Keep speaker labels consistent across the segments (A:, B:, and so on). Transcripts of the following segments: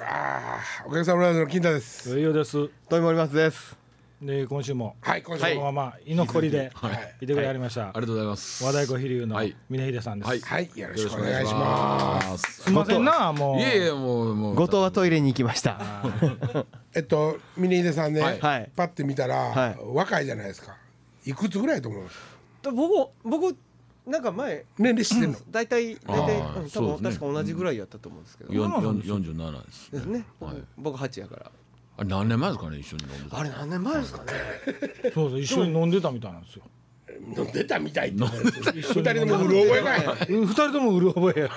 A: ああ、お客様ラジオの金太です。
B: 水曜です。
C: 富森松です。
B: で今週も
A: はい、今週
B: こ
A: も
B: のまま居残りで
D: はい
B: いてくれありました。
D: ありがとうございます。
B: 和太鼓飛龍の
D: はい
B: 峰秀さんです。
D: はい
A: はい、よろ
D: よ
A: し
D: ろ
A: く
D: し
A: お
D: くお願
A: 願い
D: い
A: し
D: し
A: ま
D: ます。
B: すいませんなもう。
D: いえいえ、もう、もう。
C: 後藤はトイレに行きました。
A: す。えっと、峰秀さんね、
D: はい
C: はい
A: パって見たら、
C: はい
A: 若いじゃないですか。いくつぐらいと思います。
E: と 僕僕なんか前
A: 年齢知ってんの。
E: 大体大体
D: あー
E: うん多
D: そうで
E: 分
D: すね
E: 確か同じぐらいやったと思うんですけど、
D: 四四四十七です
E: で
D: ね。
E: すね、
D: はい
E: 僕僕八やから
D: あれ何年前ですかね、一緒に飲んでた。
E: あれ何年前ですかね
B: そうそう一緒に飲んでたみたいなんですよ。
A: 飲んでたみたいって。二
B: 緒
A: 人
B: に飲んで
A: ともうる覚えがい。
B: うん二人ともうる覚えや。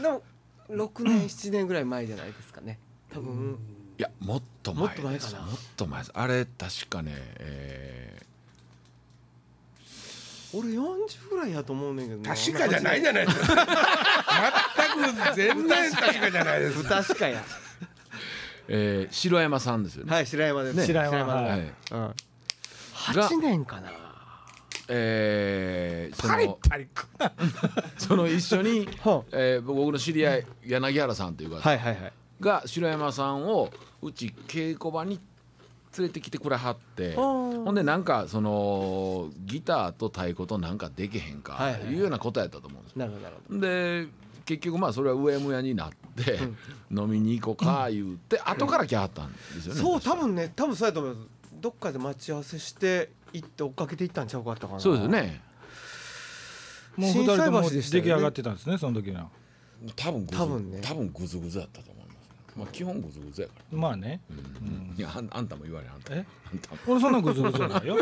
E: でも六年七年ぐらい前じゃないですかね多分
D: いや、もっと前です。
E: もっと前かな
D: もっと前です。あれ、確かね、え
E: 俺四十ぐらいやと思うねんけどな
A: 確かじゃないじゃないですか。全く全然確かじゃないです
E: 不。確かや
D: ーえー、城山さんですよね。
E: はい白山です、
D: ね
B: 白山は
D: はい
B: い。
E: うん八年かな
D: えー、そ
A: パリ
D: の
A: パリく。
D: その一緒に、
C: は
D: えー、僕の知り合い柳原さんという方
C: はいはいはい。
D: が白山さんをうち稽古場に連れてきてくれはってほんでなんかそのギターと太鼓となんかできへん
E: はい
D: か
E: はいはい
D: いうようなことやったと思うんです
E: なるほどなるほど
D: で結局まあそれは上むやになって飲みに行こうか言うて後から来はったんですよね
E: そう多分ね多分そうやと思いますどっかで待ち合わせして行って追っかけて行ったんちゃうかったかな
D: そうですよね
B: もう二人とも
E: 心斎橋
B: 出
E: でし
B: 来
E: たよね
B: 上がってたんですねその時は。
D: 多分グズ
E: 多分ね
D: 多分グズグズやったと思いますまあ基本グズグズやから
B: まあね。
D: いやあんあんたも言われへんあんた
B: え
D: あんたも
B: 俺そんなグズグズないよ。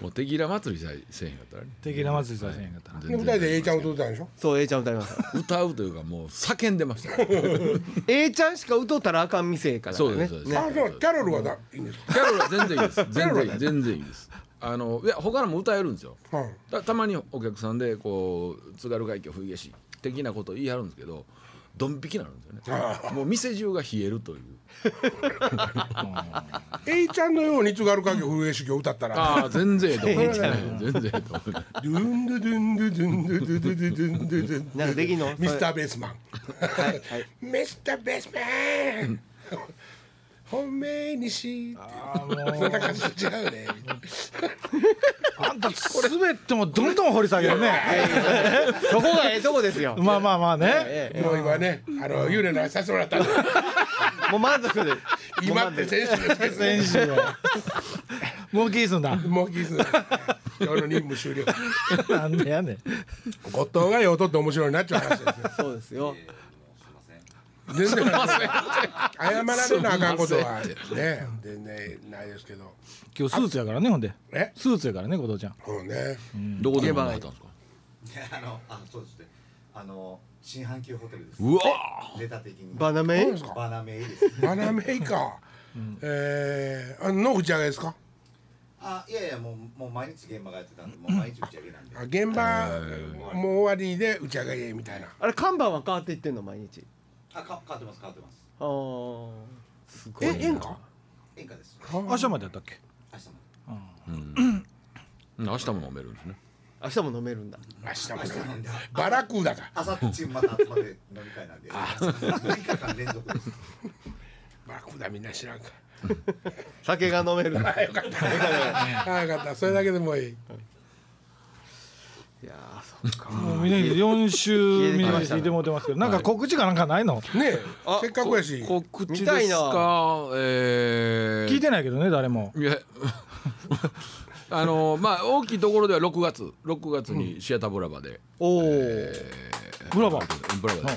D: もうテキーラ祭りさえせえへんかったらね
B: 的な祭りさせへんかったな。
A: 二人で A ちゃんを撮ってたんでしょ。
E: そう A ちゃん歌います
D: 歌うというかもう叫んでましたね
E: A ちゃんしか歌うたらあかん店やからね
D: そうですそうです
E: ね
A: あ、そう、キャロルはだ、いいんですか。
D: キャロルは全然いいです全然いい全然いいですあのいや他のも歌えるんですよ
A: はい。
D: たたまにお客さんでこう津軽海峡冬景色的なこと言い張るんですけどドン引きになるんですよねもう店中が冷えるという
A: A ちゃんのように津軽海峡風景色を歌ったら。
D: ああ全然ええと思いますね全然ええと思います
A: ドゥンドゥドゥンドゥドゥンドゥドゥドゥドゥンドゥドゥドゥン。
E: なんかできんの
A: ミスターベースマン。
E: はいはい
A: ミスターベースマン。本命にし。
B: あーもう
A: そんな感じ違うね。
B: あんた滑ってもどんどん掘り下げるね。
E: そこがええと こですよ
B: まあまあまあね。
E: ええ
A: もう今ね、あの幽霊の挨拶もらったん で。
E: もう満足で
A: 今って選手ですけどね。
B: 選手で。もうキーすんだ。
A: もう気にするな今日の任務終了。
B: なんでやねん。
A: 後藤がようとって面白いなっちゃう話で
E: そうですよ
A: すよ。全然謝られなあかんことはね、全然ないですけど。
B: 今日スーツやからねほんで。
A: え、
B: スーツやからね後藤ちゃん。
A: そうね。
D: どこでもなかったんですか
F: いや あのあそうですねあの新阪急ホテルです
D: うわ
F: 出た的に
E: バナメイ
F: バナメイです
A: バナメイカ。えー、あの打ち上げですか。
F: あいやいやもうもう毎日現場がやってたんでもう毎日打ち上げなんで
A: あ現場もう終わりで打ち上げみたいな。
E: あれ看板は変わっていってんの毎日
F: あか変わってます変わってます
E: ああすごい
A: え、
E: な
A: 演歌。
F: 演歌です
B: 明日までやったっけ。
F: 明日も
D: 明日も飲めるんですね
E: 明日も飲めるんだ
A: 明日も
F: 明日なんだ
A: バラクーダか。
F: あさってチームまた集まって飲み会なんで6日間連続です
A: バラクーダみんな知らんか。
E: 酒が飲めるんだ
A: あよかった。あよかった。それだけでもいい。
E: いやーそっか
B: もう峰岸四週峰岸聞いてもらってますけど、なんか告知かなんかないの？
A: ねえ、せっかくやし。
D: 告知
E: 見
D: で
E: たい
D: す
E: な
D: かえー
B: 聞いてないけどね誰も。
D: いや あのまあ大きいところでは6月6月にシアターブラバで、
E: おお
B: ブラバー。
D: ブラバでやるんで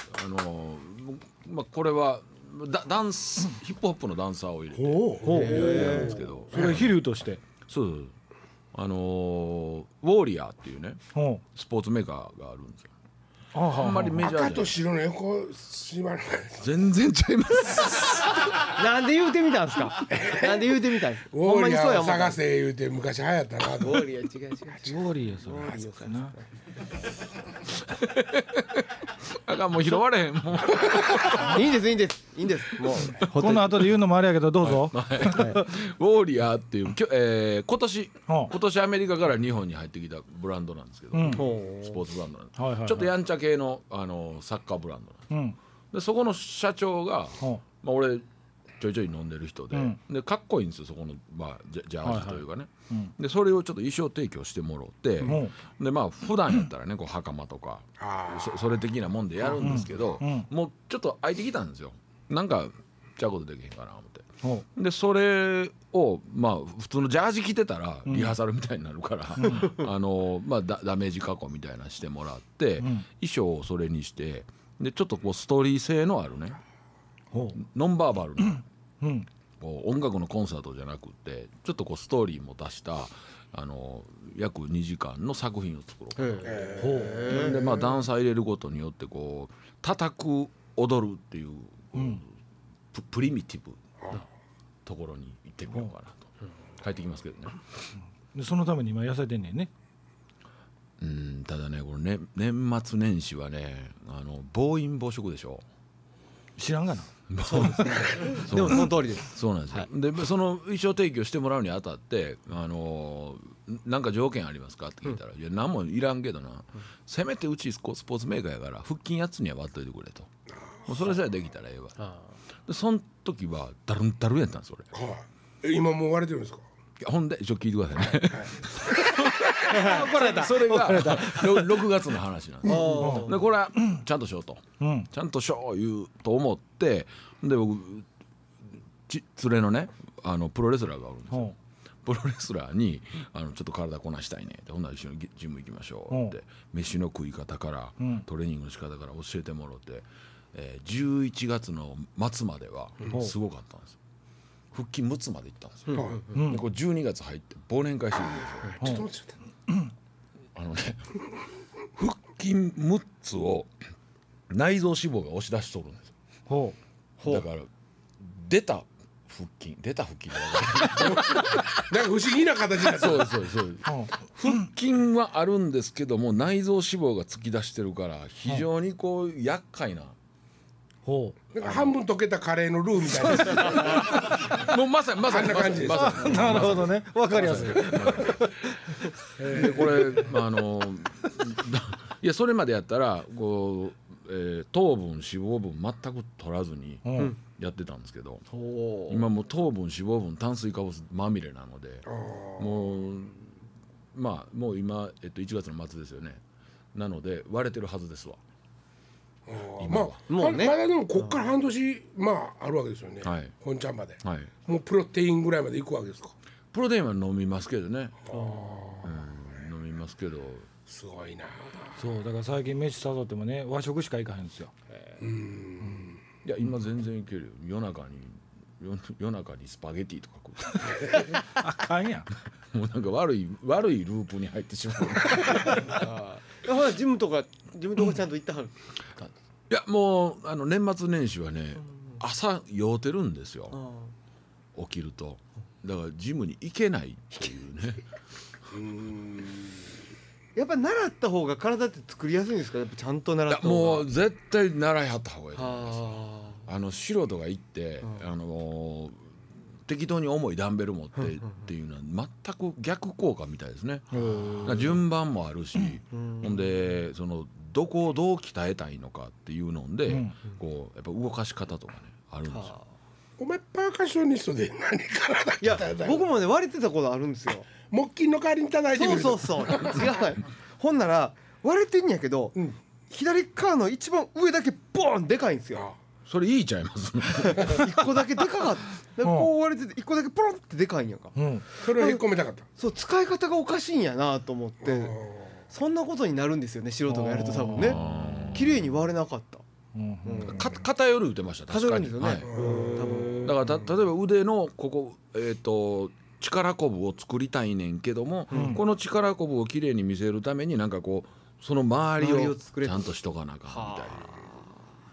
D: すあのまあこれはダダンスヒップホップのダンサーを入れて
A: おお。
D: やるんですけど
B: それ飛龍として。
D: そうそうあのウォーリアーっていうね
B: うん。
D: スポーツメーカーがあるんですよ
B: あは
D: あんまりメジャーじゃな
A: 赤
D: い
A: と白の横縛らない。
D: 全然ちゃいます
E: なんで言うてみたんすかなんで言うてみたんすか
A: ウォ
E: ほんま
A: ー
E: に
A: リ
E: そう
A: ア
E: や
A: を
E: もん
A: 探せ言うて昔流行ったなと思
E: ウ
A: っ
E: ォ
A: て。
E: ーリア違う違う違う
B: ゴーリーやそれ。な。
D: あかんもう拾われへんもう
E: いいんですいいんですいいんですもう
B: この後で言うのもあれやけどどうぞ。
D: ウォーリアーっていうきょ、えー今年
B: はあ
D: 今年アメリカから日本に入ってきたブランドなんですけど、
B: うん
D: スポーツブランドなんです、
B: はいはいはい
D: ちょっとやんちゃ系のあのサッカーブランドなんです
B: うん。
D: でそこの社長が、
B: うん
D: まあ、俺ちょいちょい飲んでる人で,、
B: うん
D: でかっこいいんですよそこの、まあ、ジャジャージというかね、
B: うん
D: でそれをちょっと衣装提供してもろって、
B: うん
D: でまあ普段やったらねこう袴とか
A: あ
D: そそれ的なもんでやるんですけど、
B: うんうん
D: もうちょっと空いてきたんですよなんかちゃうことできへんかな思って
B: おう
D: でそれをまあ普通のジャージ着てたらリハーサルみたいになるから、 あのまあダダメージ加工みたいなのしてもらって、
B: ん
D: 衣装をそれにしてでちょっとこうストーリー性のあるね
B: おう
D: ノンバーバルな、
B: うん
D: こう音楽のコンサートじゃなくってちょっとこうストーリーも出したあの約2時間の作品を作ろうほうでまあ段差入れることによってこう叩く踊るっていう、ププリミティブなところに行ってみようかなと、帰ってきますけどね
B: でそのために今痩せてんねんね
D: うんただねこれね年末年始はねあの暴飲暴食でしょ
B: 知らんがな
E: でもその通りです
D: そうなんですよ、でその衣装提供してもらうにあたって「あのーなんか条件ありますか?」って聞いたら「いや何もいらんけどな、せめてうちスポスポーツメーカーやから腹筋やつには割っといてくれ」と「もうそれさえできたらええわ」でその時はだるんだるんやったんです俺
A: あはいえ今もう割れてるんですか
D: ほんでちょっと聞いてくださいね 怒られたそれが6月の話なんですよ
E: お
D: でこれはちゃんとしようと。
B: うん
D: ちゃんとしよう言うと思ってで僕ち連れのねあのプロレスラーがおるんですよ
B: ほ
D: プロレスラーにあの「ちょっと体こなしたいね」って「ほんなら一緒にギジム行きましょう」って飯の食い方から
B: うん
D: トレーニングの仕方から教えてもろて、えー11月の末までは
B: うん
D: すごかったんですよ腹筋6つまで行ったんですよ、
A: はい
B: うん
D: でこう12月入って忘年会してるんで
A: ち
D: すよ
A: ょっと待ってちょっと待って
D: あのね腹筋6つを内臓脂肪が押し出しとるんですよ
B: ほ
D: だから出た腹筋出た腹
A: な
D: 筋
A: んか不思議な形になってる
D: そうですそうですそうです
B: うほ
D: 腹筋はあるんですけども内臓脂肪が突き出してるから非常にこう厄介な
B: うほ
A: なんか半分溶けたカレーのルーみたいな
D: もうまさにまさに
A: あんな感じです
D: まさ
B: う
D: に
B: なるほどねわかりやすい
D: でこれ あのいやそれまでやったらこう、えー糖分脂肪分全く取らずに
B: うん
D: やってたんですけど
E: お
D: 今もう糖分脂肪分炭水化物まみれなのでもうまあもう今、えっと、1月の末ですよねなので割れてるはずですわ
A: まあ
E: もうね
A: ままだでもこっから半年まああるわけですよね
D: はい
A: 本ちゃんまで
D: はい
A: もうプロテインぐらいまで行くわけですか
D: プロテインは飲みますけどねうん飲みますけど
A: すごいな
B: そうだから最近飯誘ってもね和食しか行かへんですよ
D: いや今全然いけるよ夜中に夜夜中にスパゲティとか食
B: あかんやん
D: うもうなんか悪い悪いループに入ってし まう
E: ほらジムとかジムとかちゃんと行ったはる
D: いやもうあの年末年始はね朝酔うてるんですよ起きるとだからジムに行けないっていう ね
E: やっぱ習った方が体って作りやすいんですかやっぱちゃんと習
D: い
E: っ
D: や
E: た方
D: も
E: が
D: う絶対習いはった方がいいと思います
E: あ
D: あの素人が行って、あのー適当に重いダンベル持ってっていうのは全く逆効果みたいですね。だから順番もあるし、ほんでそのどこをどう鍛えたいのかっていうので、
B: うん
D: こうやっぱ動かし方とかねあるんですよ。
A: お前パーカッショニストで何から
E: ーいや
A: だ
E: 僕もね割れてたことあるんですよ
A: 木琴の代わりに叩いてみ
E: そう
A: る
E: そうそう違うわほんなら割れてんやけど、
A: ん
E: 左側の一番上だけボーンでかいんですよ
D: それいいちゃいます、
E: 一個だけでかかったで こう割れてて一個だけポロンってでかいんやんか
B: うん
A: それをへっこめたかった
E: そう使い方がおかしいんやなと思ってそんなことになるんですよね素人がやると多分ね綺麗に割れなかった
B: うん
D: か偏る言ってました
E: 飾る
D: 確か
E: ん
D: に。
E: ですよね、
D: はい
E: 多分
D: だからた例えば腕のここえっ、と力こぶを作りたいねんけども、この力こぶをきれいに見せるためになんかこうその周り
E: 周り
D: を
E: を作れ
D: ちゃんとしとかなあかんみたいな。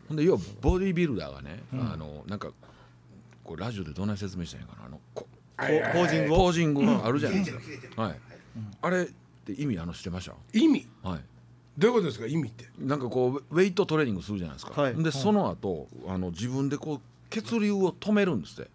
D: ほんで要はボディービルダーがね、あのなんかこうラジオでどんな説明したらいいんかなあのこ
E: ポポージングを
D: ポージングがあるじゃないですか
F: 切れてる。
D: はい、あれって意味あのしてまし
A: 意味
D: た。はい。
A: どういうことですか意味って
D: なんかこうウェイトトレーニングするじゃないですか、
E: はい
D: でその後あの自分でこう血流を止めるんですって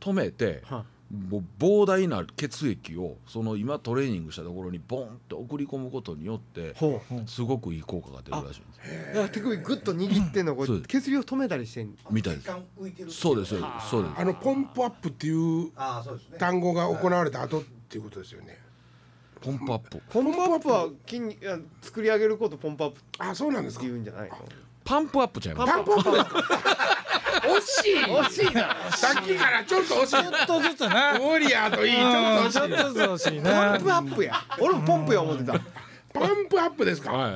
D: 止めて、
E: は
D: もう膨大な血液をその今トレーニングしたところにボンって送り込むことによって
E: ほう
D: すごくいい効果が出るらしいんですよ
E: だから手首グッと握ってんのこ
D: そう
E: う
D: です
E: 血流を止めたりしてんの
D: みたいです
F: 血管浮いてる
D: そうですそうですそうです
A: あのポンプアップっていう
F: ああそうですね
A: 単語が行われた後っていうことですよね。
D: ポンプアップ
E: ポンプアップは筋肉あ作り上げることポンプアップっ
A: あ、そうなんです
E: て
A: か
E: 言。うんじゃないの
D: パンプアップちゃいま
A: パンプアップですか。
E: 惜しいな
A: さっきからちょっと惜しい。
B: ちょっとずつね
A: ウォリアーといい。ちょ
B: う
A: っ
B: んちょっとずつ欲しいね
E: ポンプアップや俺もポンプや思ってた
A: とパンプアップです
D: す
A: か。
D: はい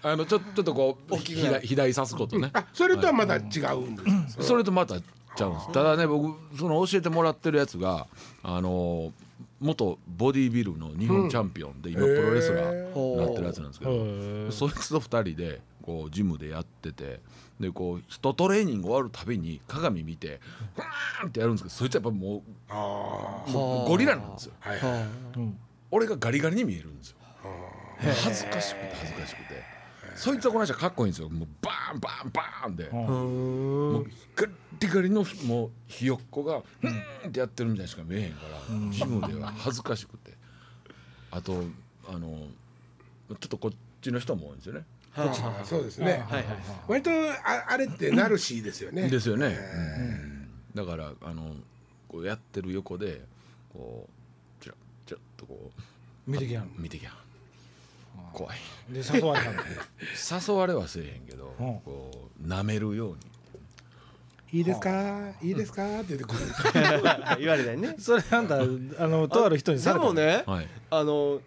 D: あのちょちょっとこうひひだひだいさすことね
A: あ、それとはまだ違うんですか。
D: それとまたちゃうんですただね僕その教えてもらってるやつがあの元ボディービルの日本チャンピオンで今プロレスラーになってるやつなんですけどそいつと2人でこうジムでやっててでこう一トレーニング終わるたびに鏡見てふわーんってやるんですけどそいつはやっぱも
A: あ
D: うもうゴリラなんですよ
A: あ、はいはい。
D: 俺がガリガリに見えるんですよ恥ずかしくて恥ずかしくてそいつはこの人かっこいいんですよもうバーンバーンバーンでもうガッリガリのもうひよっこが「うん」ってやってるみたいにしか見えへんからジムでは恥ずかしくてあとあのちょっとこっちの人も多いんですよね
A: あそうですね。
E: はいはい
A: 割とああれってナルシーですよね。
D: ですよね、うんだからあのこうやってる横でこうちらちらっとこ
B: 見てきや
D: う見てきゃ怖い
B: んで誘われたの
D: 誘われはせえへんけど
B: うん
D: こう舐めるように
A: いいですか、いいですかって言ってくる。
E: 言われたよね
B: それなんだあのとある人にさ
E: で
B: れた
E: もね
D: はい
E: あの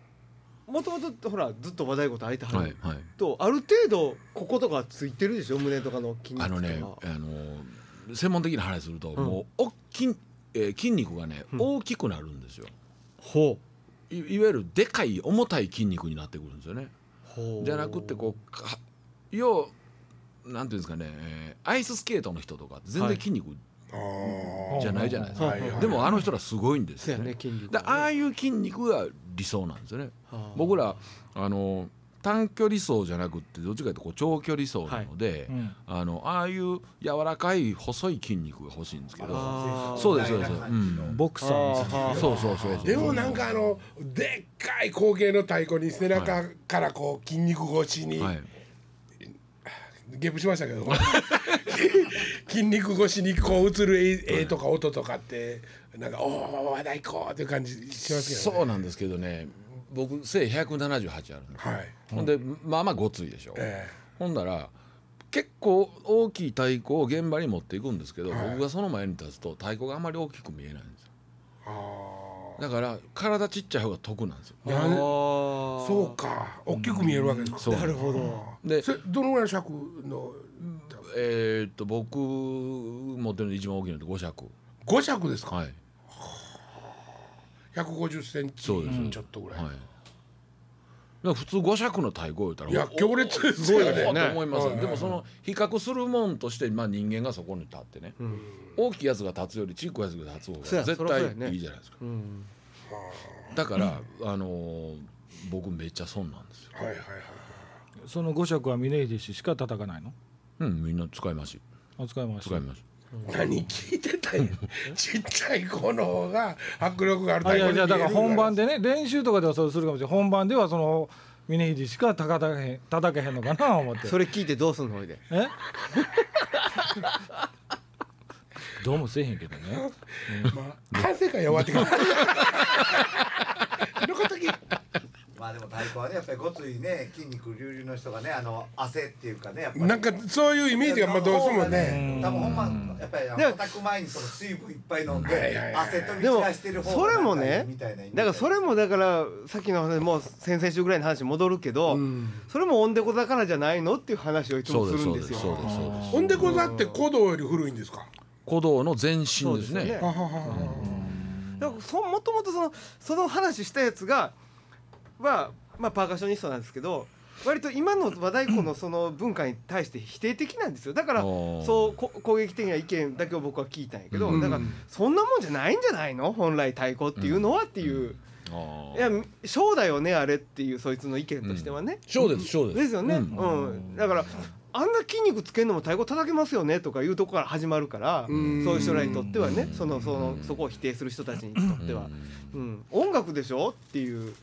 E: もともとほらずっと和太鼓と相手は
D: は
E: る
D: いはい
E: とある程度こことかついてるでしょ胸とかの筋肉
D: あ
E: と
D: の
E: か
D: ね、あの専門的な話すると、もうおっきん、えー筋肉がね、大きくなるんですよ。
E: ほ
D: いいわゆるでかい重たい筋肉になってくるんですよね。
E: うほう
D: じゃなくてこうか要なんていうんですかね、えーアイススケートの人とか全
E: はい
D: 然筋肉
A: あー
D: じゃないじゃないですか。
E: はいはいはい
D: でもあの人らすごいんです
E: そう
D: よ
E: や
D: ね。
E: ね筋肉
D: だ
E: がね
D: ああいう筋肉が理想なんですよね。
E: はあ
D: 僕らあの短距離走じゃなくってどっちかというとこう長距離走なので。
B: うん
D: あのああいう柔らかい細い筋肉が欲しいんですけど
E: あー
D: そうですそうです、う
F: あー
D: ん、
B: ボクサーです
E: はあ
D: そうそうそうそう
A: でもなんかあのでっかい光景の太鼓に背中からこう筋肉越しに、
D: はい、
A: ゲップしましたけど 筋肉越しにこう映る絵絵とか音とかってなんか「おお和太鼓!」っていう感じしますけど、ね、
D: そうなんですけどね僕背178あるんですよ、
A: はい
D: ほんでまあまあごついでしょ、
A: え
D: ほんなら結構大きい太鼓を現場に持っていくんですけど、
A: はい
D: 僕がその前に立つと太鼓があんまり大きく見えないんですよ
A: えあ
D: だから体ちっちゃい方が得なんですよ
A: あな
E: あ
A: ん
E: ー
A: そうか大きく見えるわけですか、
D: そう
A: なるほど
D: で
A: それどのぐらいの尺の
D: えーっと僕持ってるの一番大きいのって5尺
A: 5尺ですか、
D: はい
A: 1 5 0セン
D: そうです
A: チちょっとぐらい、
D: はい。だから普通五尺の太鼓言うたら
A: いや
D: お
A: 強烈ですよね
D: おと思いますよ、
A: はい
D: でもその比較するもんとして、まあ、人間がそこに立ってね、大きいやつが立つよりちっこいやつが立つ方
E: そう
D: が
E: や
D: 絶
E: そらそうや
D: 対
E: ね
D: いいじゃないですか
E: うん
D: だから、あのー僕めっちゃ損なんですよ
A: はいはいはい
B: その五尺は峰秀氏しか叩かないの
D: うんみんな使いまし
B: お疲れ様でし
D: 使
B: た
D: いまし
A: 何聞いてたんやちっちゃい子の方が迫力がある
B: あいやじゃあだから本番
A: で
B: でね練習とかではそうするかもしれない本番ではその峰秀しか叩かへん叩けへんのかな思って
E: それ聞いてどうすんのほいで
B: え どうもせえへんけどね
A: まあ、汗が弱ってくる。のことき。
F: まあでも太鼓はねやっぱりごついね筋肉隆々の人がねあの汗っていうかねやっぱり
A: なんか、そういうイメージが、まあ、どうしてもね。
F: 多分ほんまやっぱりあ
E: でも
F: の叩く前にその水分いっぱい飲ん
A: はいはい
F: で
A: はい
F: 汗
E: で
F: と満
E: も
F: ち出してる方
E: そ
F: が
E: れも
F: なんい
E: ね
F: いみたいな意味で
E: だからそれもだからさっきの話もう先々週ぐらいの話に戻るけどそれもオンデコだからじゃないのっていう話をい
D: た
E: つ
D: そ
E: も
D: う
E: す
D: で
E: る
D: す
E: ん
D: そう
E: でよ
D: ですすそうですそうです
A: ほんでこざって古道より古いんですか。
D: 鼓動の前身ですね
E: そう
A: ははは。
E: だからそもともとそのその話したやつがは、まあ、パーカッショニストなんですけど割と今の和太鼓のその文化に対して否定的なんですよだから
D: あー
E: そうこ攻撃的な意見だけを僕は聞いたんやけど、
A: うん
E: だからそんなもんじゃないんじゃないの本来太鼓っていうのはっていう、
D: あ
E: いやそうだよねあれっていうそいつの意見としてはね、
D: そうですそうです
E: ですよね、
D: う
E: うんんだからあんな筋肉つけるのも太鼓叩けますよねとかいうとこから始まるからそう
A: うん
E: いう人らにとってはねそのそのそこを否定する人たちにとっては、うん、音楽でしょっていう、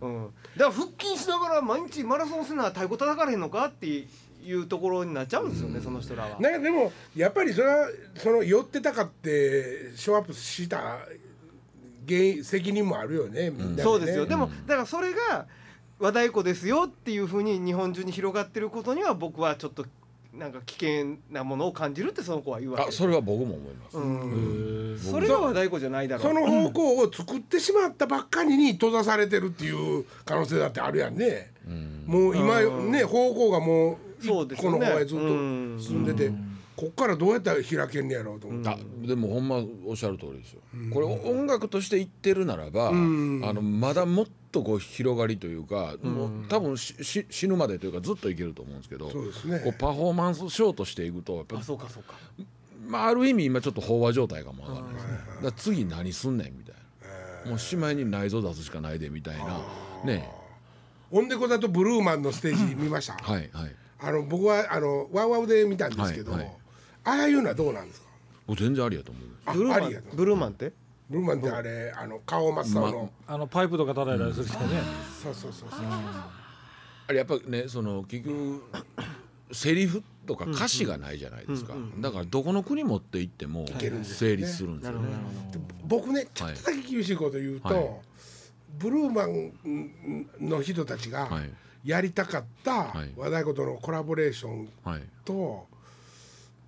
D: う
E: う
D: ん
E: ん、だから腹筋しながら毎日マラソンせな太鼓叩かれへんのかっていうところになっちゃうんですよねその人らは。
A: なんかでもやっぱりそれはその寄ってたかってショーアップした原因責任もあるよねみんなね
E: そうですよでもだからそれが和太鼓ですよっていうふうに日本中に広がってることには僕はちょっとなんか危険なものを感じるってその子は言うわけ
D: あ
E: です
D: それは僕も思います、
E: それが和太鼓じゃないだろ
A: そうの方向を作ってしまったばっかりに閉ざされてるっていう可能性だってあるやんね、もう今ね方向がもう
E: そうで
A: 一
E: すよ
A: 個の
E: ね
A: 方へずっと
E: うん
A: 進んでて、こっからどうやったら開けんねやろうと思って、
D: あでもほんまおっしゃる通りですよ、これ音楽として言ってるならば、あのまだもっとこう広がりというか、もう多分しし死ぬまでというかずっといけると思うんですけど
A: そうですね
D: こうパフォーマンスショーとしていくとやっぱ
E: あそうかそうか
D: まあ、ある意味今ちょっと飽和状態かもわからないですねだから次何すんねんみたいなもうしまいに内臓出すしかないでみたいなね
A: オンデコだとブルーマンのステージ見ました、
D: はいはい
A: あの僕はあのワウワウで見たんですけど、
D: はいはい
A: ああいうのはどうなんですか
D: もう全然ありやと思う
A: あ
E: ブルー
A: あ
E: マ
A: りや
E: ン
A: と
E: ブルーマンって
A: ブルーマンってあれあの顔真っ青の、
B: あのパイプとか叩いたりする人ね
A: そうそうそうそう
D: あれやっぱねその結局セリフとか歌詞がないじゃないですか、だからどこの国持って行っても成立するんですよね、
A: 僕ねちょっとだけ厳しいこと言うと、
D: はい
A: ブルーマンの人たちが
D: はい
A: やりたかった
D: はい
A: 和太鼓とのコラボレーション
D: はい
A: と、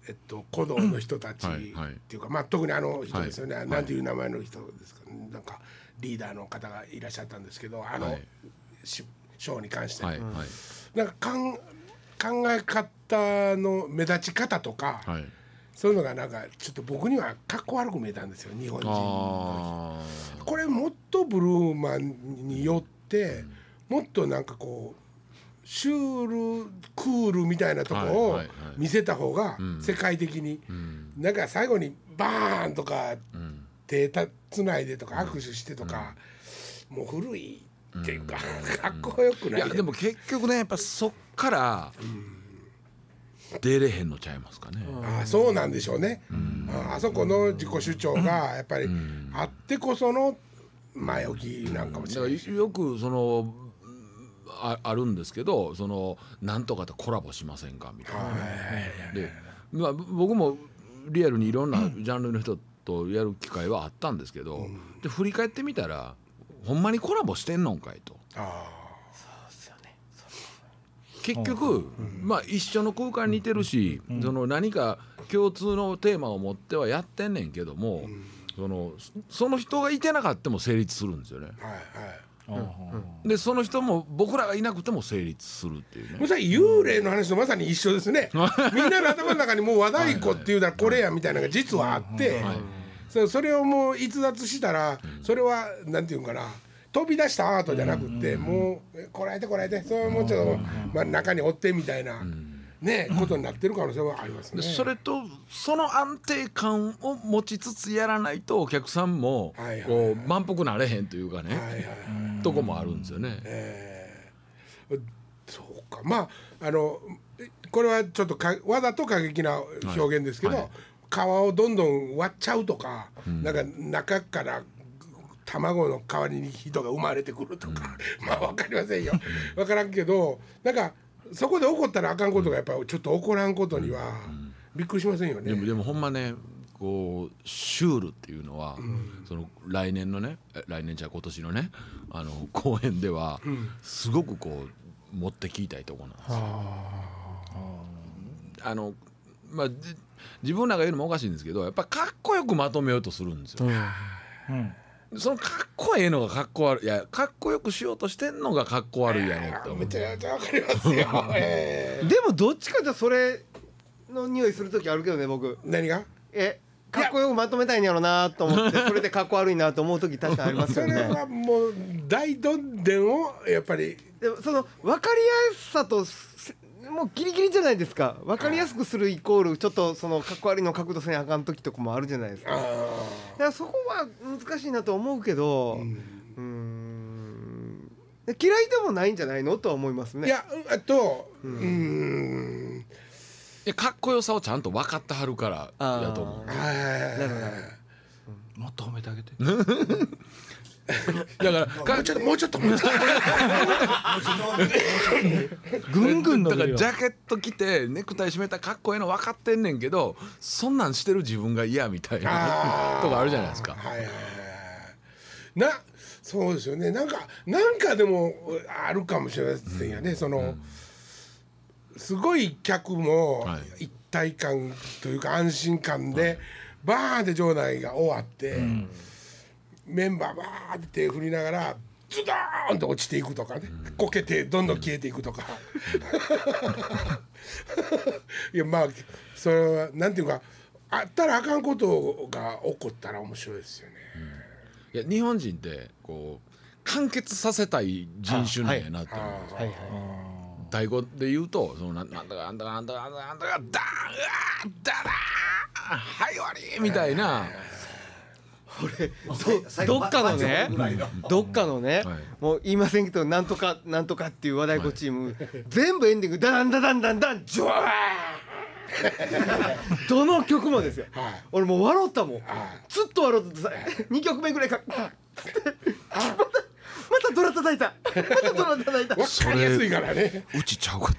A: えっと、鼓動の人たちっ
D: はいはい
A: ていうか、まあ、特にあの人ですよね、
D: はい
A: なんていう名前の人ですか、なんかリーダーの方がいらっしゃったんですけどあの、
D: はい
A: しショーに関して、
D: はいはい
A: なんかかん考え方の目立ち方とか、
D: はい
A: そういうのがなんかちょっと僕にはかっこ悪く見えたんですよ日本人の
D: あ
A: これもっとブルーマンによって、もっとなんかこうシュールクールみたいなとこを
D: はいはいはい
A: 見せた方が世界的に、なんか最後にバーンとか、手たつないでとか握手してとか、もう古いっていうか、かっこよく
D: ー
A: ない
D: いやでも結局ねやっぱそっから出れへんのちゃいますかね、
A: ああそうなんでしょうね、ああそこの自己主張がやっぱりあってこその前置きなんかもし
D: だ
A: れ
D: か
A: ないし、
D: らよくそのああるんですけどそのなんとかとコラボしませんかみたいな。で、まあ、僕もリアルにいろんなジャンルの人とやる機会はあったんですけど、で振り返ってみたらほんまにコラボしてんのんかいと。結局、まあ、一緒の空間に似てるし、その何か共通のテーマを持ってはやってんねんけども、そのその人がいてなかったも成立するんですよね。
A: はいはい
D: でその人も僕らがいなくても成立するっていう
A: もう
D: ね。
A: さ幽霊の話とまさに一緒です ねみんなの頭の中にもう和太鼓っていうたらこれやみたいなのが実はあってそうそれをもう逸脱したらそれはなんていうんかな飛び出したアートじゃなくってもうえこらえてこらえてそれをもうちょっと、まあ、中に追ってみたいなねことになってる可能性はあります
D: で
A: ね。
D: それとその安定感を持ちつつやらないとお客さんも
A: はいはいはい
D: こう満腹なれへんというか
A: はい
D: ね
A: はいはい
D: とこもあるんですよね。
A: そうかまああのこれはちょっとかわざと過激な表現ですけど、皮をどんどん割っちゃうとか、なんか中から卵の代わりに人が生まれてくるとか、 まあ分かりませんよ分からんけどなんかそこで怒ったらあかんことがやっぱちょっと怒らんことにはびっくりしませんよね。
D: でもでもほんまねこうシュールっていうのは、その来年のねえ来年じゃ今年のねあの公演ではすごくこう持ってきたいところなんですよ。あのまあじ自分らが言うのもおかしいんですけどやっぱかっこよくまとめようとするんですよ。そのかっこええのがかっこ悪いいやかっこよくしようとしてんのがかっこ悪いやねって思
A: め
D: う
A: ちゃめちゃ分かりますよ。 え
E: でもどっちかじゃそれの匂いする時あるけどね僕
A: ー何が
E: えかっこよくまとめたいんやろなと思 ってそれでかっこ悪いなと思う時確かにあります
A: そ
E: よ
A: れ
E: ね
A: はもう大どんでんをやっぱり
E: でもその分かりやすさとすもうギリギリじゃないですか分かりやすくするイコールちょっとそのかっこ悪いの角度せなあかん時とかもあるじゃないですかだか
A: あ
E: らそこは難しいなと思うけどうーん嫌いでもないんじゃないのとは思います
A: ー
E: ね
A: いやあとうーん
D: やかっこよさをちゃんと分かってはるからやと思う
A: はい
E: なるほどなる
B: もっと褒めてあげて
D: だから
A: も
D: か
A: うちょっともうちょっともうちょっと
B: ぐんぐん伸
D: だ
B: びる
D: から
B: よ
D: ジャケット着てネクタイ締めたらかっこええの分かってんねんけどそんなんしてる自分が嫌みたいな
A: あー
D: とかあるじゃないですか。
A: はいはいはいなそうですよねなんかなんかでもあるかもしれませんよね、その、すごい客も
D: は
A: 一体感というか安心感で、バーンって場内が終わって、メンバーバーって手振りながらズドーンと落ちていくとかね、こけてどんどん消えていくとか。 いやまあそれはなんていうかあったらあかんことが起こったら面白いですよね。
D: いや日本人ってこう完結させたい人種なんやなって思う、
A: あ
C: はいはい
D: 太鼓で言うとそのなんなんだかなんだかなんだかなんだかなんだかダーンうわーダラーンはい終わりみたいな、
F: 最後
E: どっかのね
F: パンチぐらいの
E: どっかのね、
D: はい
E: もう言いませんけどなんとかなんとかっていう和太鼓チーム、全部エンディングダンダダンダンダンジョワーンどの曲もですよ、
A: はい
E: 俺もう笑ったもん、
A: い
E: ずっと笑ってさ2曲目ぐらいからまたまたドラ叩いたまたドラ叩いた
A: あわかりやすいからね。
D: うちちゃうかっ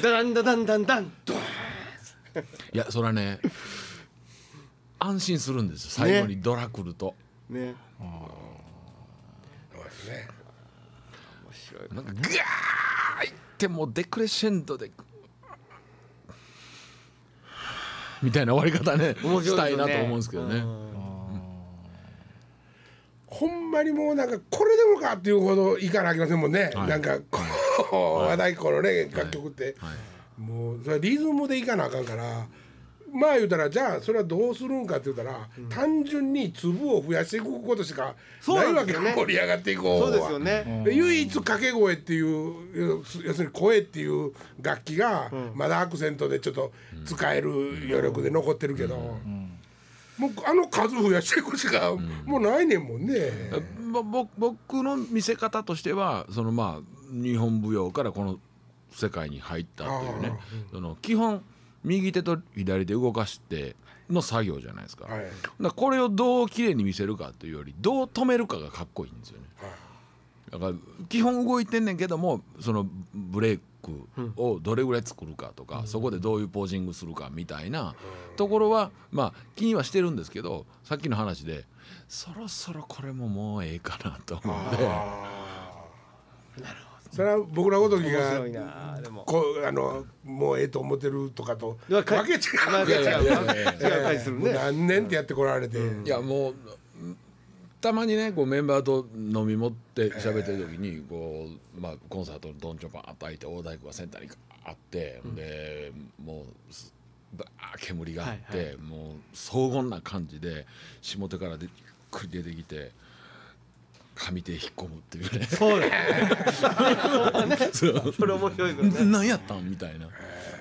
D: た
E: ダンダダンダンダンドワーン
D: いやそれはね安心するんですよ最後にドラ来ると、
E: ね
A: そうですね
E: 面白い
D: なんかグワーいってもうデクレッシェンドでみたいな終わり方ね
E: 面白いです
D: し
E: よ
D: た
E: ね
D: いなと思うんですけどね、
A: ほんまにもうなんかこれでもかっていうほどいかなあきませんもんね。
D: はい
A: なんかこの和太鼓のね楽曲って、
D: はい
A: もうそれはリズムでいかなあかんから。まあ言うたらじゃあそれはどうするんかって言ったら、単純に粒を増やしていくことしか
E: そう
A: ない
E: な
A: わ
E: ん
A: け
E: です
A: よ、
E: よね
A: 盛り上がっていこう
E: そうですよね、
A: で唯一掛け声っていう要するに声っていう楽器がまだアクセントでちょっと使える余力で残ってるけど、もうあの数増やしていくしかもうないねんもんね。
D: ぼぼ僕の見せ方としてはそのまあ日本舞踊からこの世界に入ったっていうねその基本右手と左手動かしての作業じゃないですか,、
A: はい
D: だからこれをどう綺麗に見せるかというよりどう止めるかがかっこいいんですよね。だから基本動いてんねんけどもそのブレイクをどれぐらい作るかとか、そこでどういうポージングするかみたいなところはまあ気にはしてるんですけどさっきの話でそろそろこれももうええかなと思って
A: それは僕らごとき
E: 面
A: が
E: 白いなでも
A: こうあのもうええと思ってるとかと
E: わ
A: わけ
E: か
A: 違う。
E: まあ違う
D: いやいやいやいや
E: 違う感じする
A: もう
E: ね
A: 何年ってやってこられて、
D: いやもううんたまにねこうメンバーと飲み持って喋ってる時にこう、まあ、コンサートのドンチョパンあっと開いて大太鼓がセンターにあって、でもうすバーッ煙があって、
E: はい
D: もう荘厳な感じで下手からでゆっくり出てきて上手引っ込むって いうね
E: そうだね それ面白いですよね
D: 何やったんみたい な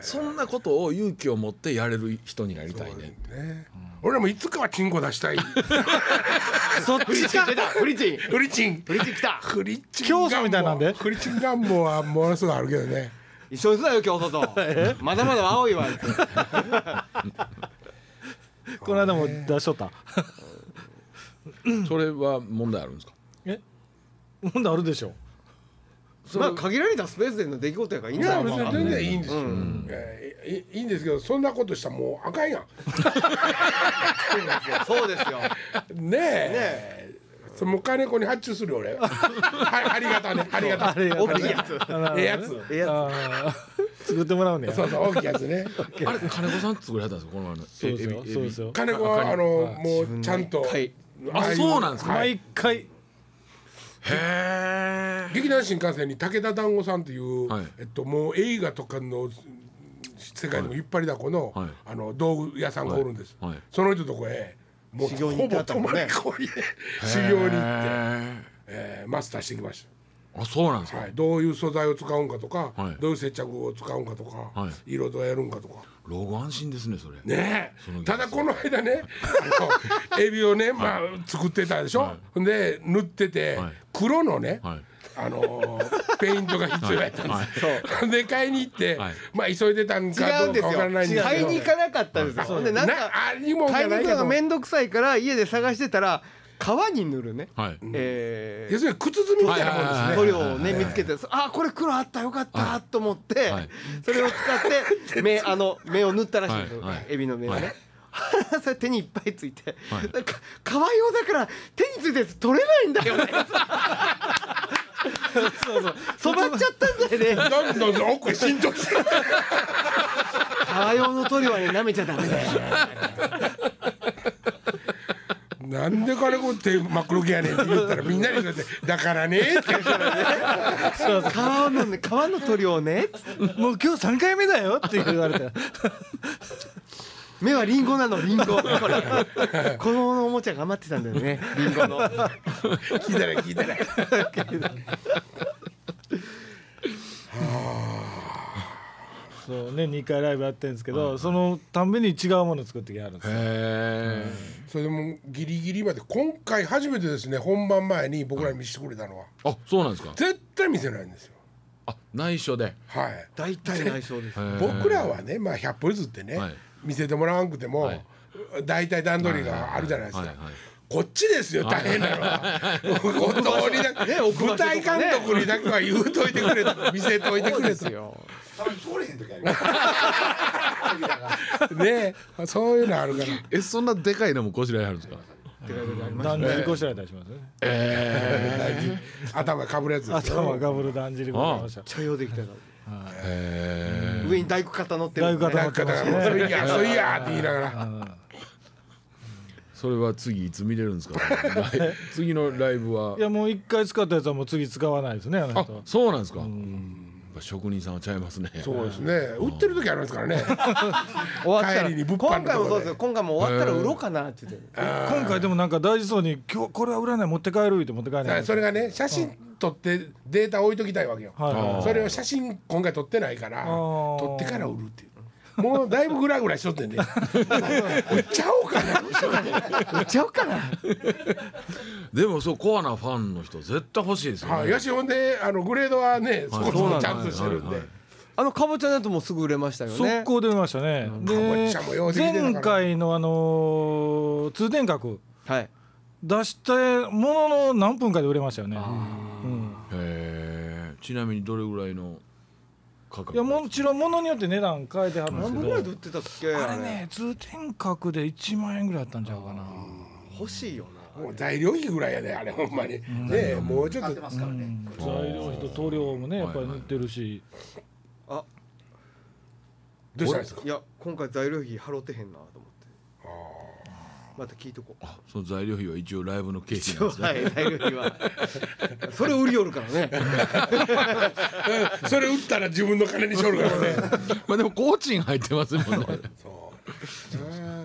D: そんなことを勇気を持ってやれる人になりたいね
A: ね俺らもいつかはチンコ出したい。
E: そっちか出たフリチン
A: フリチン。
E: フリチン来た
A: フリチン
B: 教祖みたいなんで
A: 願望フリチン願望はものすごいあるけどね。
E: 一緒にすなよ今 日外まだまだ青いわ
B: この間も出しとった
D: それは問題あるんですか
B: え問題あるでしょ
E: まあ限られたスペースでの出来事やからいいん
A: い
E: じゃ
A: や
E: ない
A: 別
E: です
A: に
E: か
A: 全然いいんですよ、えーいいいんですけどそんなことしたらもうあかんやん
E: そうですよ
A: ねえそれもう金子に発注する よ俺はありがたねありがた
B: れ
E: 大きいやつ
A: ええやつ
E: ええや
B: あー作ってもらうねや
A: そうそう大きいやつね
D: あれ金子さん作られたんですかこの前
B: そ
D: の
B: うですよ
D: エビエビ
B: そうですよ
A: 金子はあのもうちゃんと
E: 一回
D: あそうなんですか
B: 毎回
D: へえ
A: 劇団新幹線に武田団子さんという、
D: はい
A: えっと、もう映画とかの世界でも引っ張りだこの,、
D: はい
A: あの道具屋さんがおるんです、
D: はいはい
A: その人とこへもう
E: 修行
A: ほ
E: に行って
A: ぼ
E: はった
A: 泊
E: も
A: ま
E: ん
A: り
E: ね
A: 込みで修行に行って、えーマスターしてきました。
D: あそうなんですか、
A: はい、どういう素材を使うんかとか、
D: はい
A: どういう接着を使うんかとか、
D: は
A: 色どうやるんかとか
D: 老後安心ですねそれ
A: ねえ
D: その技
A: た
D: 術
A: だこの間ね あのエビをね、まあ、作ってたでしょ、ほんで塗ってて、
D: はい
A: 黒のね、
D: はい
A: あのーペイントが必要やったん
D: はい
A: ですよ。 で買いに行って、
D: はい
A: まあ急いでたんか
E: 違う
A: ど
E: ん
A: う
E: で
A: か
E: す
A: わからないんです
E: よ
A: け
E: 買い
A: ど
E: に行かなかったんですよほんでなん
A: な
E: か
A: ありもん
E: 買
A: がな
E: いに
A: い
E: 行く
A: け
E: のが
A: ど
E: 面倒くさいから家で探してたら川に塗るね、
D: はい
E: え
A: 要するに靴積みみたいなもんです
D: は
A: ね
D: い
E: 塗料をね見つけて、あこれ黒あったよかった、
D: はい
E: と思って、
D: はい
E: それを使 って目あの目を塗ったらしいんですよ、
D: はいはい
E: エビの目がね。
D: はい
E: それ手にいっぱいついて、
D: はい
E: なんか川用だから手についたやつ取れないんだよ ねそうそう染まっちゃったんだよね
A: どんどんどん奥へ浸透して
E: 川用の塗料はね舐めちゃダメだよ
A: なんでからこう手真っ黒けやねんって言ったらみんなに言って「だからね」って言ったら
E: 川のね川の塗料ねつって
B: もう今日3回目だよって言われて
E: 目はリンゴなのリ ンゴこれ子供のおもちゃが余ってたんだよねリンゴの
A: 聞いたら聞いたら
B: そうね2回ライブやってるんですけど、そのたんびに違うもの作ってきはるんですよ
D: へ
A: それでもギリギリまで今回初めてですね本番前に僕らに見せてくれたのは
D: ーあそうなんですか
A: 絶対見せないんですよ
D: あ内緒で
A: はい
E: 大体内緒です
A: 僕らはねまあ100歩譲ってね
D: はい
A: 見せてもらわんくても
D: はい
A: 大体段取りがあるじゃないです
D: は
A: か
D: いはいはい
A: こっちですよ大変なのは本当にだ舞台監督にだけは言うといてくれと見せといてくれと
F: たまに通れへん時あります
A: ねそういうのあるから。
D: えそんなでかいのもこしらえはるんですか
B: だんじりこしらえたりしますね
A: 頭かぶるやつですよ
B: 頭がぶるだんじりこしらえました
E: 茶用できたから上に大工方乗って
B: だい
E: る
B: ぶ固ま
A: な
B: っ
A: んか
B: てま
A: だ
B: す
A: から「そ
B: ね
A: いやそいや」って言いながら
D: それは次いつ見れるんです か来次のライブはい
B: やもう1回使ったやつはもう次使わないですねあの
D: あ
B: 人
D: そうなんですかやっぱ職人さんはちゃいますね
A: そうですね売ってる時ありますからね
E: 終わったら
A: 帰りに物販
E: 今
A: の
E: 回
A: とこ
E: もそ
A: で
E: うですよ今回も終わったら売ろうかなって言って
B: 今回でもなんか大事そうに「今日これは売らない持って帰る」って持って帰ら
A: だか
B: な
A: ら
B: い
A: それがね写真撮ってデータ置いときたいわけよ
B: は
A: それを写真今回撮ってないから
B: ー
A: 撮ってから売るっていうもうだいぶグラグラしとってんね売っちゃおうかな
E: 売っちゃおうかな
D: でもそうコアなファンの人絶対欲しいですよ
A: はい
D: ね
A: よしほんであのグレードはねそこそこちゃんとしてるん
D: はいは
A: で
D: いはい
E: あのかぼちゃのやつもすぐ売れましたよ
B: 速
E: ね
B: 攻で見ましたね
A: ぼ
B: で
A: ちゃんもようできてたから
B: 前回のあのー通天閣
E: はい
B: 出してものの何分かで売れましたよねうん
D: へえちなみにどれぐらいの価格
B: いやもちろんものによって値段変えてはるんですけ
E: 何分
B: ど
E: ぐらいで売ってたっけ
B: あ
E: あ
B: れ
E: れ
B: ね通天閣で1万円ぐらいあったんちゃうかな
E: 欲しいよな
A: もう材料費ぐらいやであれほんまにねもうちょ
F: 買っ
A: ってと
F: ますからね、
B: 材料費と塗料もねやっぱり塗ってるし
E: あ
A: どうしたんですか
E: いや今回材料費払ってへんなと思ってまた聞いとこう
D: あその材料費は一応ライブの経費なんですね
E: はい材料費はそれ売りよるからね
A: それ売ったら自分の金にしょるからね
D: まあでもコーチン入ってますもんね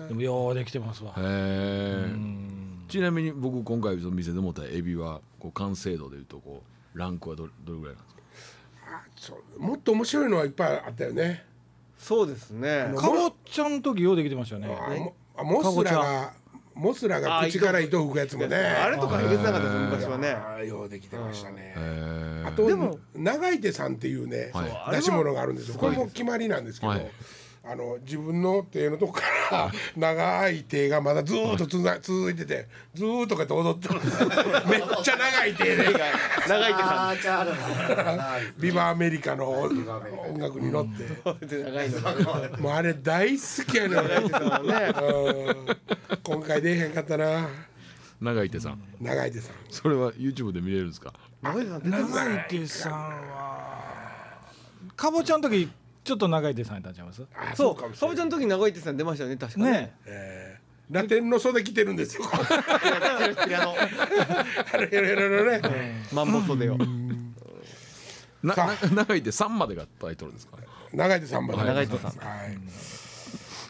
B: でもようできてますわ
D: へえちなみに僕今回その店で持ったエビはこう完成度でいうとこうランクはどれどれぐらいなんですか
A: そうもっと面白いのはいっぱいあったよね
E: そうですね
B: かぼちゃの時ようできてましたよね
A: あもあモスラがモスラが口から糸を吹くやつもね
E: あれとかえげつなかったです昔はね
A: あーようできてましたね
D: へ
A: あと
E: でも
A: 長井手さんっていうね、
D: はい
A: そう出し物があるんですよこれも決まりなんですけど、
D: はい
A: あの自分の手のとこから長い手がまだずーっとつな、続いててずーっとこうやって踊ってるんですよめっちゃ長い手で
E: 長い手さん
F: あーじゃあある
A: ビバアメリカの音
F: バアメリカ
A: 楽に乗って、
E: 長いの
A: もうあれ大好きやねん俺
E: 長い手さんはね
A: うん今回出えへんかったな
D: 長井手さん
A: 長井手さん
D: それは YouTube で見れるんですか
E: 長い手さん出てる
B: 長井手さんはかぼちゃの時ちょっと長井手さんやったんちゃいます
A: あ
E: そう
A: かもし
E: か
A: れ
E: ぼ
A: な
E: ちゃんの時長い手さん出ましたよね確かね
B: ね
A: えーラテンの袖着てるんですよ あれやろやろやろね
E: マンモ袖を
D: な
A: さ
D: な 長井手さんまでがタイトルですか
A: 長井手さんまで
E: 長井手さん
A: はい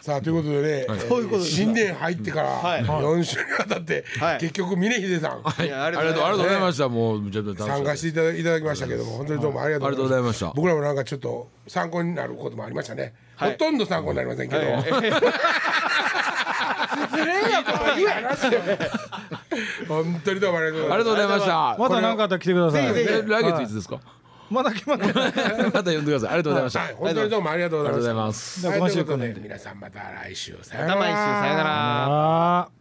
A: さあということでね、えー
E: そういうことです
A: 新年入ってから
E: はい
A: 4週にわたって、
E: はい
A: 結局峰秀さん
E: いやあ
D: あ
E: り
D: り
E: が
D: が
E: と
D: と
E: う
D: う
E: ございます
D: ありがとうございましたもうめちゃめちゃ
A: 参
D: 楽しかった
A: 加していただいただきましたけども本当にどうもありがとうございました
D: ありがとうございました
A: 僕らもなんかちょっと参考になることもありましたね、
E: はい
A: ほとんど参考になりま せんけど、
E: 失礼やこれ
A: 本当にどうもありがとうございました
D: ありがとうございました。
B: また何かあったら来てください。
E: ぜひぜ
D: え来月いつですか。
B: まだ決まってない。
D: また呼んでください。ありがとうございました。あ
A: はい、
D: り
A: 本当にどうもありがとうご
D: が
A: ざ
D: と
A: いうまし
D: ござい
A: た。
D: ます。
B: じゃあ今週この
A: はいという
B: 辺
A: こと
B: で。
A: 皆さんまた来週さよ
E: また来週さよなら
B: ああ。